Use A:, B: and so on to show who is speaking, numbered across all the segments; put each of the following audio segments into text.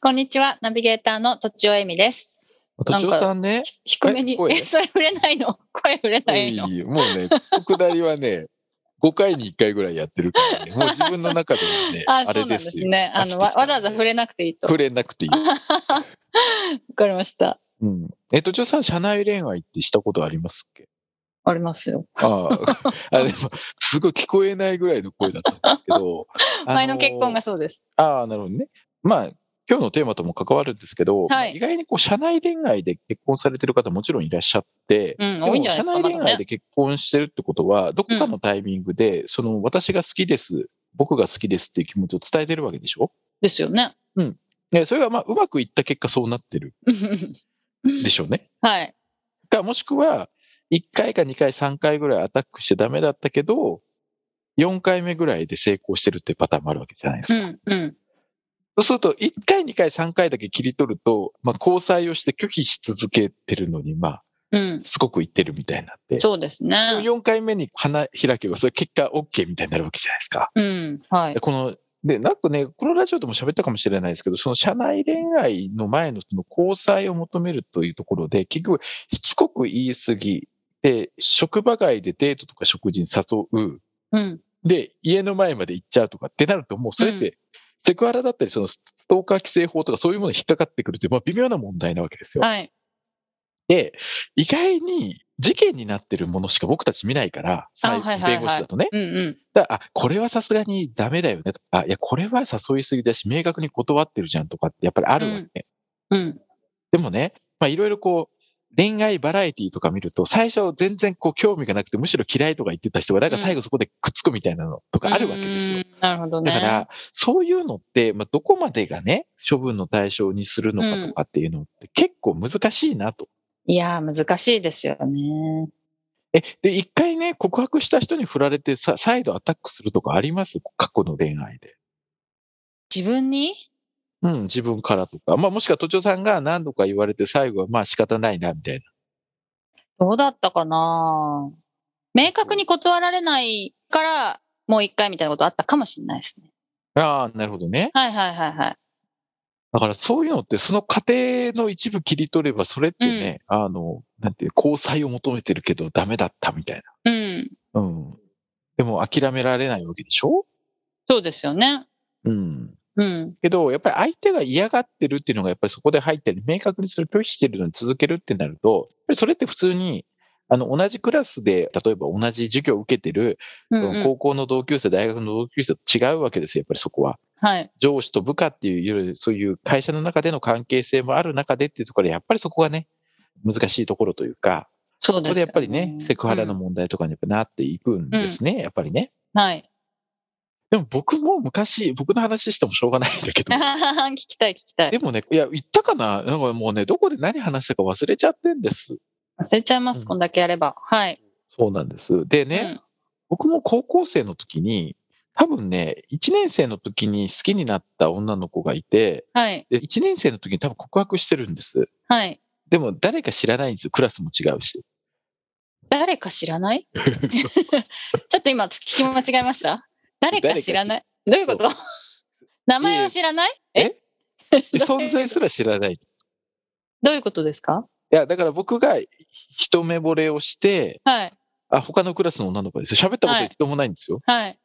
A: こんにちはナビゲーターのとちおえみです
B: とちおさんね、
A: 低めに
B: え声
A: えそれ触れないの 声触れないの、
B: いいもうね、くだりはね、5回に1回ぐらいやってるからね、もう自分の中でもね
A: あ
B: あ
A: そう
B: れ
A: なんで
B: ですすよ。
A: ねあのわわざわざ触れなくていいと
B: 触れなく ていい。
A: わかりました
B: うん、え、とちおさん、社内恋愛ってしたことありますっけ
A: ありますよ
B: あああ、でも、すごい聞こえないぐらいの声だったんです けど。あ
A: 前の結婚が。そうです
B: ああ、なるほどね。まあ、今日のテーマとも関わるんですけ
A: は
B: ど、
A: い
B: まあ意外にこう社内恋愛で結婚されてる方もちろんいらっしゃって、
A: うん
B: で
A: 多いん
B: も
A: じゃない
B: 社
A: ですかま
B: 内恋
A: だ
B: 愛
A: ね
B: で結婚してるってことは、どこかのタイミングで、その私が好きです、僕が好きですっていう気持ちを伝えてるわけでしょ
A: ですよね
B: ね、それがまあうまくいった結果そうなってるでしょうね。
A: はい
B: か、もしくは、1回か2回、3回ぐらいアタックしてダメだったけど、4回目ぐらいで成功してるってパターンもあるわけじゃないです
A: う
B: か。
A: んうん
B: そうすると、1回、2回、3回だけ切り取ると、まあ、交際をして拒否し続けてるのに、まあ、
A: うん
B: すごく言ってるみたいになって。
A: そうですね
B: 4回目に花開けば、それ結果 OK みたいになるわけじゃないですか。
A: うんはい
B: この、で、なんかね、このラジオでも喋ったかもしれないですけど、その社内恋愛の前のその交際を求めるというところで、結局、しつこく言い過ぎで、職場外でデートとか食事に誘う。
A: うん
B: で、家の前まで行っちゃうとかってなると、もうそれっ
A: う
B: て、セクハラだったり、そのストーカー規制法とかそういうものに引っかかってくるという、まあ微妙な問題なわけですよ。
A: はい
B: で、意外に事件になってるものしか僕たち見ないから、
A: あ
B: 裁
A: はいはいはい
B: 弁護士だとね。
A: うんうん
B: だからあ、これはさすがにダメだよねとか、あ、いや、これは誘いすぎだし、明確に断ってるじゃんとかってやっぱりあるわけ。
A: うんうん
B: でもね、まあいろいろこう、恋愛バラエティとか見ると、最初全然こう興味がなくて、むしろ嫌いとか言ってた人が、なんか最後そこでくっつくみたいなのとかあるわけですよ。
A: うんなるほどね
B: だから、そういうのって、まあ、どこまでがね、処分の対象にするのかとかっていうのって結構難しいなと。
A: いやー難しいですよね
B: え、で、一回ね、告白した人に振られてさ、再度アタックするとかあります過去の恋愛で。
A: 自分に
B: うん、自分からとか。まあ、もしくは、都庁さんが何度か言われて、最後は、まあ、仕方ないな、みたいな。
A: どうだったかな明確に断られないから、もう一回みたいなことあったかもしれないですね。
B: ああ、なるほどね。
A: はいはいはいはい。
B: だから、そういうのって、その過程の一部切り取れば、それってね、あの、なんていう、交際を求めてるけど、ダメだった、みたい
A: うん。
B: な。うん。でも、諦められないわけでしょ
A: そうですよね。
B: うん。
A: うん。
B: けど、やっぱり相手が嫌がってるっていうのが、やっぱりそこで入ったり、明確にそれを拒否してるのに続けるってなると、やっぱりそれって普通に、あの、同じクラスで、例えば同じ授業を受けてる、
A: うん
B: その
A: うん、
B: 高校の同級生、大学の同級生と違うわけですよ、やっぱりそこは。
A: はい。
B: 上司と部下っていう、いろいろそういう会社の中での関係性もある中でっていうところで、やっぱりそこがね、難しいところというか、
A: そう
B: そ
A: です
B: こで
A: よ、
B: やっぱりね、セクハラの
A: うん
B: 問題とかにやっぱなっていくんですね、やっぱりね。
A: はい。
B: でも僕も昔、僕の話してもしょうがないんだけど、
A: 聞きたい聞きたい
B: で。もね、いや、言ったかななんかもうね、どこで何話したか忘れちゃってんです。
A: 忘れちゃいます、
B: うん
A: こんだけやれば。はい。
B: そうなんです。でね、僕も高校生の時に、多分ね、1年生の時に好きになった女の子がいて、
A: うん。はい。
B: で1年生の時に多分告白してるんです。
A: はい。
B: でも誰か知らないんですよ。クラスも違うし。
A: 誰か知らない ちょっと今、聞き間違えました誰か知らないどういうこと
B: そ
A: 名前は知らない
B: で存在すら知らない。い
A: どういうことですか
B: や、だから僕が一目惚れをして、
A: はい。
B: あ、他のクラスの女の子です。喋ったこと一度もないんですよ。
A: はい。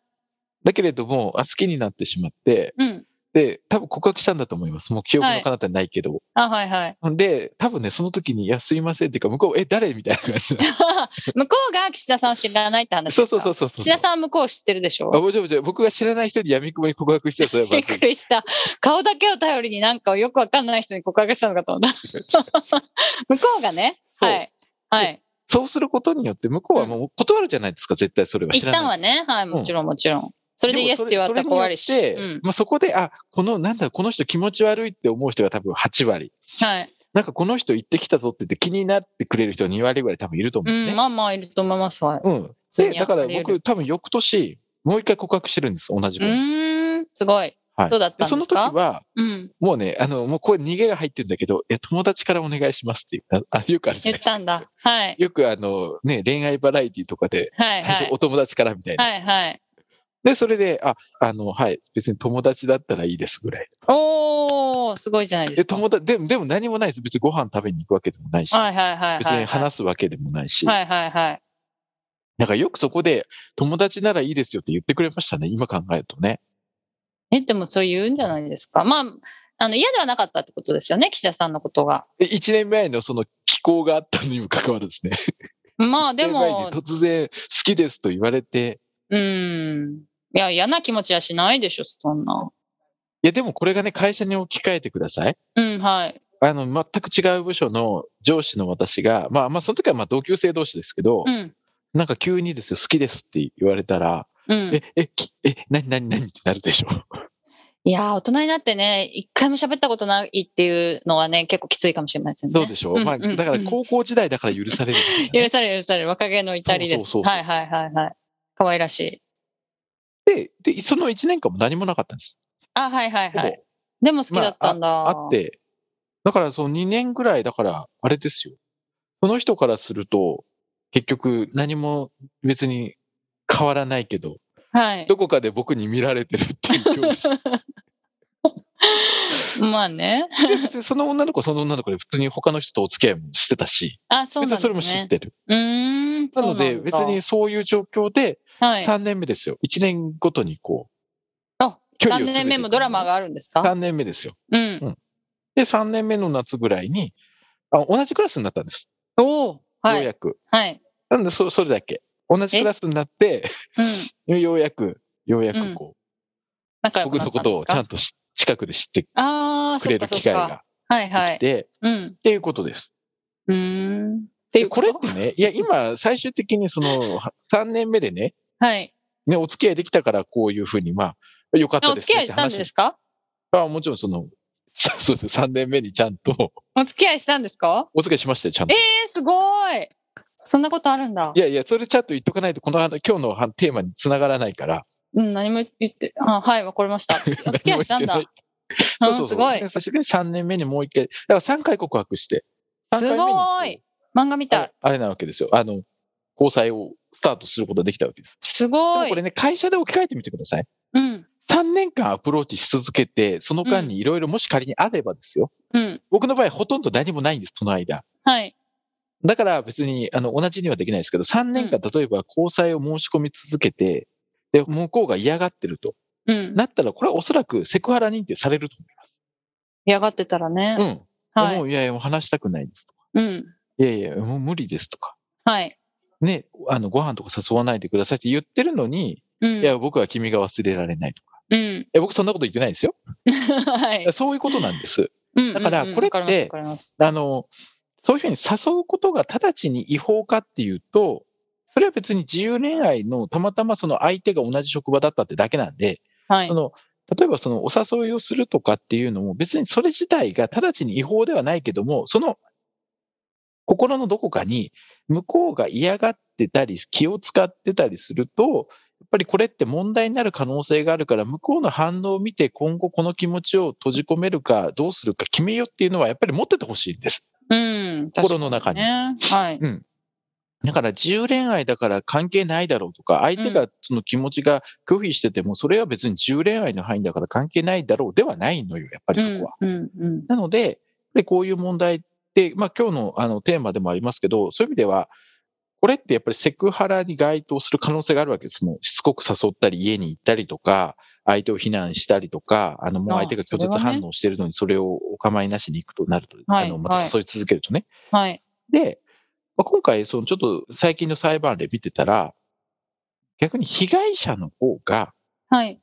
B: だけれども、あ好きになってしまって、
A: うん。
B: で、多分告白したんだと思います。もう記憶の彼方にないけど。
A: あ、はいはい。
B: で、多分ね、その時に、いや、すいませんっていうか、向こう、え、誰みたいな感じで
A: 向こうが岸田さんを知らないって話です
B: そ
A: か
B: うそうそうそうそう。
A: 岸田さんは向こうを知ってるでし
B: あ、
A: ょ
B: もちろんもちろん僕が知らない人に闇雲に告白したら、それは
A: び
B: ま
A: っ
B: ず
A: く
B: い。
A: りした顔だけを頼りになんかよくわかんない人に告白したのかと思った 向こうがね
B: そう
A: はいはい
B: そうすることによって、向こうはもう断るじゃないですか、絶対それは。
A: 一
B: 知らない。
A: 旦はねはいもちろんもちろん、それでイエスって言われたら
B: でも
A: 怖
B: そ
A: い
B: れ
A: し
B: それによって
A: うん
B: まあ、そこで、あ、この、なんだ、この人気持ち悪いって思う人が多分8割。
A: はい
B: なんかこの人行ってきたぞって言って気になってくれる人が2割ぐらい多分いると思う
C: うん、
B: ね。
C: まあまあいると思います。はい。
B: うん。
C: 通
B: で、
C: に
B: だから
C: 溢れる
B: 僕多分翌年、もう一回告白してるんです、同じ
C: う
B: 子に
C: ーん、すごい。
B: はい
C: どうだった
B: で
C: ん
B: そ
C: で
B: の
C: す
B: 時
C: か
B: は、
C: うん、
B: もうね、あの、もうこれ逃げが入ってるんだけど、いや、友達からお願いしますっていう、あよくあるじゃない
C: 言っ
B: ですか。
C: たんだ。はい。
B: よくあの、ね、恋愛バラエティとかで、
C: はい
B: 最
C: は
B: 初
C: い
B: お。友達からみたいな。
C: はいはい。
B: で、それで、あ、あの、はい、別に友達だったらいいですぐらい。
C: おー、すごいじゃないで
B: です
C: か。は
B: 友達でもでも何もないです別にご飯食べに行くわけでもないし、
C: いはいはい。
B: 別に話すわけでもないし、
C: はいはいはい。
B: なんかよくそこで友達ならいいですよって言ってくれましたね今考えるとね
C: え、でもそう言うんじゃないですか。まあ、あの、嫌ではなかったってことですよね、岸田さんのことが。
B: で1年前のその気候があったのにもかかわらずね
C: まあで
B: 1年前
C: も
B: に、突然好きですと言われて
C: うん。いや、嫌な気持ちはしないでしょ、そんな。
B: いやでもこれがね会社に置き換えてください
C: うん、はい。
B: あの全く違う部署の上司の私がまあまあその時はまあ同級生同士ですけど、
C: うん。
B: なんか急にですよ好きですって言われたら、
C: うん
B: え、えきえ何何何ってなるでしょ
C: いやー大人になってね一回も喋ったことないっていうのはね結構きついかもしれませんね
B: そうでしょ、
C: うん
B: まあ、
C: うんうん
B: だから高校時代だから許されるんだよね、
C: 許される許される若気の至りです
B: そうそうそうそう
C: はいはいはいはい可愛らしい
B: でで、その1年間も何もなかったんです。
C: あはいはいは
B: ほ
C: いでも好きだったんだ、
B: ぼあって、だからその2年ぐらい、だからあれですよ。その人からすると、結局何も別に変わらないけど、
C: はい
B: どこかで僕に見られてるっていう恐怖 心
C: まあね
B: で別にその女の子はその女の子で普通に他の人とお付き合いもしてたし、
C: あそう
B: 別
C: なんで
B: に
C: す
B: そ
C: ね
B: れも知ってる。
C: うーん
B: な
C: そう
B: の
C: んだ
B: で、別にそういう状況で、
C: はい
B: 3年目ですよ。1年ごとにこ
C: あ
B: 距離を詰め
C: 3
B: ていく
C: 年目もドラマがあるんです
B: う、
C: か
B: 3年目ですよ。
C: うん
B: で、3年目の夏ぐらいに、あ同じクラスになったんです。
C: おおは
B: よう
C: い
B: やく。
C: はい
B: なんでそ、それだけ。同じクラスになって、
C: うん
B: ようやく、ようやくこ
C: 仲
B: う、
C: 良く
B: 僕
C: な
B: の
C: っ
B: こ
C: たんで
B: と
C: す
B: をちゃ
C: か
B: んとし近くで知って
C: ああ
B: く
C: そ
B: れ
C: っか
B: る
C: そっ
B: 機会
C: か
B: が
C: はいは
B: でき
C: い
B: て、
C: うん
B: っていうことです。
C: うーんってい
B: で、
C: う
B: こ
C: こ
B: れっ
C: と
B: てね、いや、今、最終的にそ の、は3年目でね、
C: はい
B: ね、お付き合いできたから、こういうふうに、まあ、よかっ
C: あ
B: た
C: お
B: です
C: 付き合い
B: って
C: したん
B: 話
C: ですか
B: あもちろん、その、 さそうです3年目にちゃんと、
C: お付き合いしたんですか
B: お付き合いしましたよ、ちゃんと。
C: えー、すごいそんなことあるんだ
B: いやいや、それちゃんと言っとかないと、このあの今日のはテーマにつながらないから。
C: うん、何も言って、あはい、わかりま した。お付き合いしたんだ。
B: 何
C: う
B: も言ってない。そうそ
C: ん
B: う
C: す
B: そう。
C: ごい
B: で。そして3年目にもう一回、だから3回告白して。3回目にこう
C: すごい漫画みた
B: あ
C: い
B: れ。あれなわけですよ。あの、交際をスタートすることができたわけです。
C: す
B: で
C: ご
B: も
C: い。
B: これね、会社で置き換えてみてください。
C: うん、
B: 3年間アプローチし続けて、その間にいろいろもし仮にあればですよ。
C: うん、
B: 僕の場合ほとんど何もないんです、その間。
C: はい。
B: だから別に、あの、同じにはできないですけど、3年間、例えば交際を申し込み続けて、で、向こうが嫌がってると。
C: うん。
B: なったら、これはおそらくセクハラ認定されると
C: 嫌がってたらね。
B: 思う。うん。
C: は
B: も
C: い。
B: う、いやいや、もう話したくないですとか。
C: うん。
B: いやいや、もう無理ですとか。
C: はい。
B: ね、あの、ご飯とか誘わないでくださいって言ってるのに、
C: うん。
B: いや、僕は君が忘れられないとか。
C: うん。
B: いや僕そんなこと言ってないですよ。
C: はい。
B: そういうことなんです。
C: うん
B: だから
C: うんうん
B: これって
C: わかりますわかります
B: あの、そういうふうに誘うことが直ちに違法かっていうと、それは別に自由恋愛のたまたまその相手が同じ職場だったってだけなんで、
C: はい
B: あ。の、例えばそのお誘いをするとかっていうのも別にそれ自体が直ちに違法ではないけども、その心のどこかに向こうが嫌がってたり気を使ってたりすると、やっぱりこれって問題になる可能性があるから、向こうの反応を見て今後この気持ちを閉じ込めるかどうするか決めようっていうのはやっぱり持っててほしいんです。
C: うん。
B: 心の中
C: 確
B: に。
C: かね。はい。
B: だから自由恋愛だから関係ないだろうとか、相手がその気持ちが拒否してても、それは別に自由恋愛の範囲だから関係ないだろうではないのよ、やっぱりそこは。
C: うん。うん。うん
B: なので、やっぱりこういう問題って、まあ今日のあのテーマでもありますけど、そういう意味では、これってやっぱりセクハラに該当する可能性があるわけです。もうしつこく誘ったり、家に行ったりとか、相手を非難したりとか、あのもう相手が拒
C: ああそれは
B: 絶
C: ね
B: 反応してるのに、それをお構いなしに行くとなると、
C: はい
B: あのまた
C: はい
B: 誘い続けるとね。
C: はい。
B: で、まあ今回、そのちょっと最近の裁判例見てたら、逆に被害者の方が、
C: はい。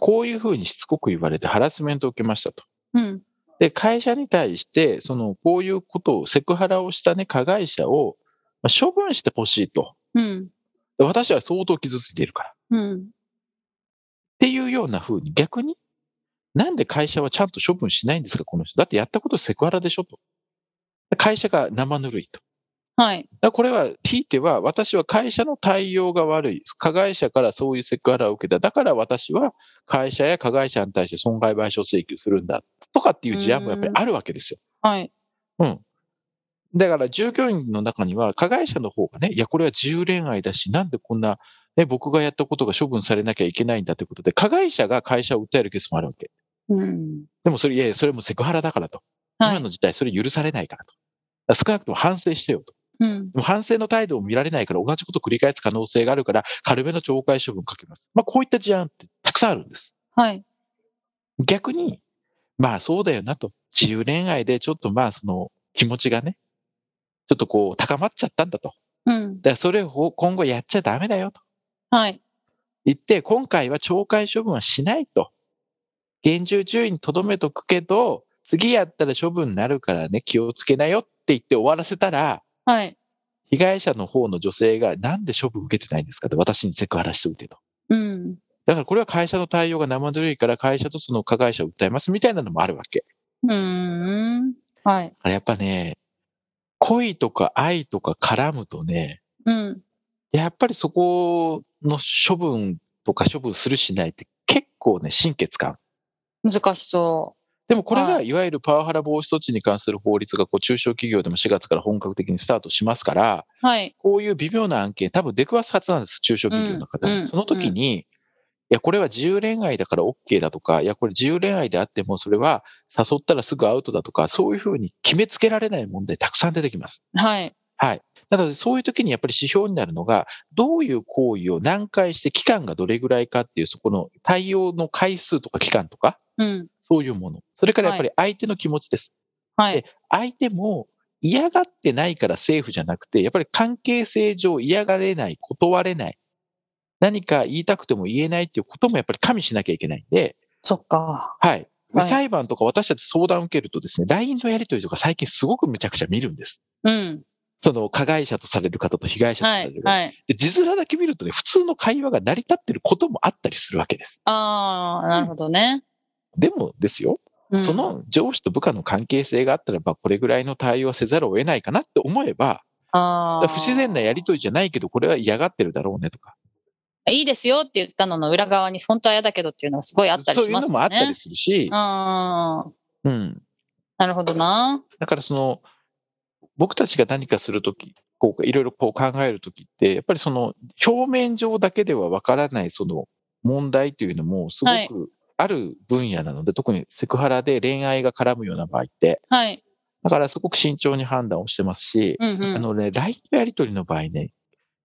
B: こういうふうにしつこく言われてハラスメントを受けましたと。
C: うん。
B: で、会社に対して、その、こういうことを、セクハラをしたね、加害者を、まあ処分してほしいと。
C: うん。
B: で私は相当傷ついているから。っ
C: うん。
B: ていうようなふうに、逆に、なんで会社はちゃんと処分しないんですか、この人。だってやったことセクハラでしょと。会社が生ぬるいと。
C: は
B: だ
C: い。
B: からこれは、ひいては、私は会社の対応が悪い。加害者からそういうセクハラを受けた。だから私は会社や加害者に対して損害賠償請求するんだ。とかっていう事案もやっぱりあるわけですよ。
C: はい。
B: うん。だから従業員の中には、加害者の方がね、いや、これは自由恋愛だし、なんでこんな、ね、僕がやったことが処分されなきゃいけないんだということで、加害者が会社を訴えるケースもあるわけ。
C: うん。
B: でもそれ、いやいや、それもセクハラだからと。
C: はい
B: 今の時代、それ許されないからと。だから少なくとも反省してよと。
C: うん。
B: でも反省の態度を見られないから同じことを繰り返す可能性があるから、軽めの懲戒処分かけます。まあ、こういった事案ってたくさんあるんです。
C: はい。
B: 逆に、まあそうだよなと。自由恋愛でちょっとまあその気持ちがね、ちょっとこう高まっちゃったんだと。
C: うん。
B: だからそれを今後やっちゃダメだよと
C: はい。
B: 言って、今回は懲戒処分はしないと。厳重注意にとどめとくけど、次やったら処分になるからね、気をつけなよって言って終わらせたら、
C: はい。
B: 被害者の方の女性がなんで処分受けてないんですかって私にセクハラしておいてと。
C: うん。
B: だからこれは会社の対応が生ぬるいから会社とその加害者を訴えますみたいなのもあるわけ。
C: うーん。はい
B: だ。からやっぱね、恋とか愛とか絡むとね、
C: うん。
B: やっぱりそこの処分とか処分するしないって結構ね、神経使う。
C: 難しそ
B: でもこれが
C: はい
B: わゆるパワハラ防止措置に関する法律がこう中小企業でも4月から本格的にスタートしますから、
C: う。はい。
B: こういう微妙な案件、多分出くわすはずなんです、中小企業の方に。
C: うんうん
B: その時に、いや、これは自由恋愛だから OK だとか、いや、これ自由恋愛であっても、それは誘ったらすぐアウトだとか、そういうふうに決めつけられない問題たくさん出てきます。
C: はい。
B: はい。なので、そういう時にやっぱり指標になるのが、どういう行為を何回して、期間がどれぐらいかっていう、そこの対応の回数とか期間とか、
C: うん。
B: そういうもの。それからやっぱり相手の気持ちです。
C: はい。
B: 相手も嫌がってないからセーフじゃなくて、やっぱり関係性上嫌がれない、断れない、何か言いたくても言えないっていうこともやっぱり加味しなきゃいけないんで、
C: そっか。
B: はい。で
C: はい
B: 裁判とか私たち相談を受けるとですね、LINE のやり取りとか最近すごくめちゃくちゃ見るんです。
C: うん。
B: その加害者とされる方と被害者とさ
C: は
B: れる
C: い。
B: 方。
C: はい。
B: で字面だけ見るとね、普通の会話が成り立ってることもあったりするわけです。
C: ああ、なるほどね。
B: でもですよ、
C: うん
B: そ、の上司と部下の関係性があったらば、これぐらいの対応はせざるを得ないかなって思えば、だ
C: ああ。
B: から不自然なやりとりじゃないけど、これは嫌がってるだろうねとか、
C: いいですよって言ったのの裏側に本当は嫌だけどっていうのがすごいあったり
B: そう
C: し
B: いう
C: ま
B: の
C: す
B: もあっ
C: もん
B: たり
C: ね。
B: するし、
C: ああ、
B: うん、
C: なるほどな。
B: だからその、僕たちが何かするとき、こういろいろこう考えるときって、やっぱりその表面上だけではわからないその問題というのも、すご
C: はい
B: くある分野なので、特にセクハラで恋愛が絡むような場合って、
C: はい。
B: だからすごく慎重に判断をしてますし、
C: うんう
B: あ
C: ん。も
B: のね、LINE のやり取りの場合ね、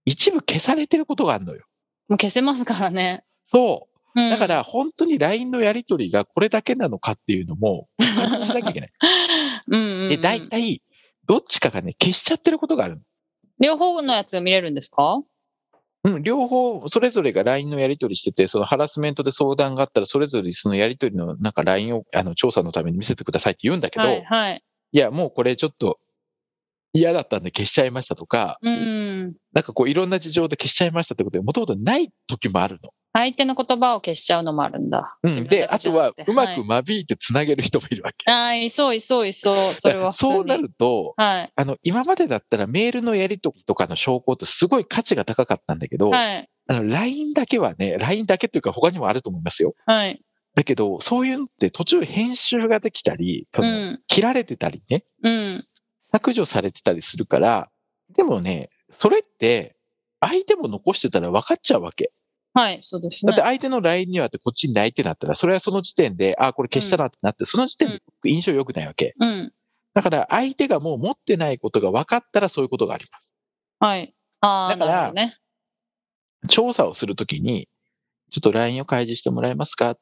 B: 一部消されてることがあるのよ。
C: う消せますからね。
B: そう。
C: うん、
B: だか、ら本当に LINE のやり取りがこれだけなのかっていうのも確認しなきゃいけない。
C: うんうんうん、
B: で、大体、どっちかがね、消しちゃってることがあるの。
C: 両方のやつ見れるんですか
B: うん、両方、それぞれが LINE のやり取りしてて、そのハラスメントで相談があったら、それぞれそのやり取りのなんか LINE をあの調査のために見せてくださいって言うんだけど、
C: はいい、はい。
B: や、もうこれちょっと嫌だったんで消しちゃいましたとか、
C: うん。
B: なんかこういろんな事情で消しちゃいましたってことで、もともとない時もあるの。相
C: 相手の言葉を消しちゃうのもあるんだ。
B: う
C: 自
B: ん、
C: 分だけ
B: で、あ
C: じゃ
B: と
C: な
B: は
C: て
B: うまく間引いてつなげる人もいるわけ。
C: はい、ああ、いそういそういそう。それは普通に
B: そうな。ると、
C: はい。
B: あの、今までだったらメールのやりとりとかの証拠ってすごい価値が高かったんだけど、
C: はい。
B: あの、LINE だけはね、LINE だけっていうか他にもあると思いますよ。
C: はい。
B: だけど、そういうのって途中編集ができたり、そうの
C: ん。
B: 切られてたりね、
C: うん。
B: 削除されてたりするから、でもね、それって、相手も残してたら分かっちゃうわけ。
C: はい。そうです
B: だっ
C: ね
B: て。相手の LINE にはってこっちにないってなったら、それはその時点で、あ、これ消したなってなって、その時点で印象良くないわけ。
C: うん。
B: だから相手がもう持ってないことが分かったらそういうことがあります。
C: はい。ああ、
B: だ
C: な
B: から
C: るほどね。
B: 調査をするときに、ちょっと LINE を開示してもらえますかって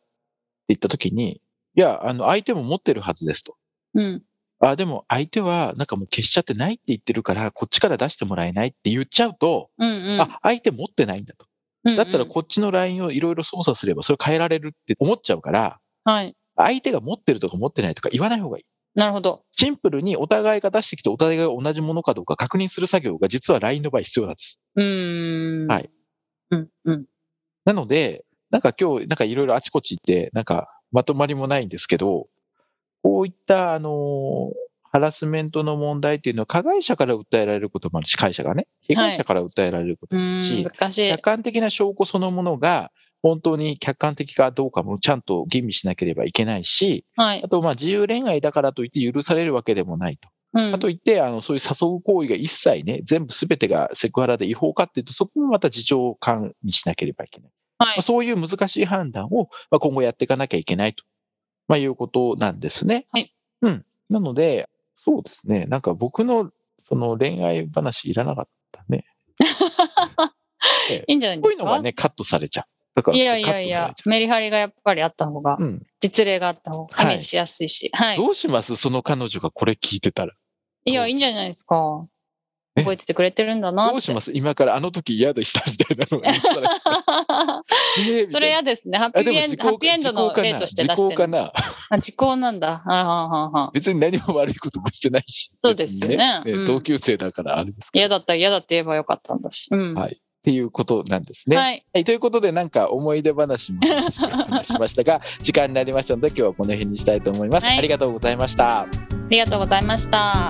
B: 言ったときに、いや、あの、相手も持ってるはずですと。
C: うん。
B: あ、でも相手はなんかもう消しちゃってないって言ってるから、こっちから出してもらえないって言っちゃうと、
C: うんうん。
B: あ、相手持ってないんだと。
C: うんうん、
B: だったらこっちの LINE をいろいろ操作すればそれ変えられるって思っちゃうから、
C: はい。
B: 相手が持ってるとか持ってないとか言わない方がいい。
C: なるほど。
B: シンプルにお互いが出してきてお互いが同じものかどうか確認する作業が実は LINE の場合必要なんです。
C: うーん。
B: はい。
C: うん、うん。
B: なので、なんか今日、なんかいろいろあちこち行って、なんかまとまりもないんですけど、こういった、あの、ハラスメントの問題っていうのは、加害者から訴えられることもあるし、会社がね、被害者から訴えられること
C: う
B: もあるし、
C: ん、難しい
B: 客。観的な証拠そのものが、本当に客観的かどうかもちゃんと吟味しなければいけないし、
C: はい
B: あ。と、まあ、自由恋愛だからといって許されるわけでもないと。
C: うん、
B: あといって、あの、そういう誘う行為が一切ね、全部全てがセクハラで違法かっていうと、そこもまた事情を管理しなければいけない。
C: は
B: ま
C: い
B: あ、。そういう難しい判断を、まあ、今後やっていかなきゃいけないと、まあ、いうことなんですね。
C: はい。
B: うん。なので、そうですね。なんか僕の、その恋愛話いらなかったね。
C: いいんじゃない
B: こ
C: で
B: ういう
C: すか
B: のがね、カットされちゃう。だから、
C: いやい
B: カ
C: や
B: ッ
C: い
B: トさ
C: や
B: れち、ゃ
C: メリハリがやっぱりあった方が
B: う。、うん。
C: 実例があった方がイ
B: はい
C: メージしやすいし。はい。
B: どうしますその彼女がこれ聞いてたら。
C: いや、いいんじゃないですか。
B: え
C: 覚えててくれてるんだなって。
B: どうします今からあの時嫌でしたみたいなのが言ったらええみたいな
C: それ嫌ですね。ハッ
B: あ
C: ピー
B: でも
C: エン
B: 時
C: ド、ハ
B: 効
C: ッピーエンドの例として出
B: 時効
C: して
B: か
C: る。
B: な。
C: あ、時効なんだ。はいはいはいはい。
B: 別に何も悪いこともしてないし。
C: そうですよね
B: 別に
C: うん
B: 同級生だからあれですけど。
C: 嫌だったら嫌だって言えばよかったんだし。うん。
B: は
C: はい
B: っていうことなんです
C: い。
B: ね。はい、ということで、なんか思い出話も話しましたが、時間になりましたので、今日はこの辺にしたいと思います。
C: はい
B: ありがとうございました。
C: ありがとうございました。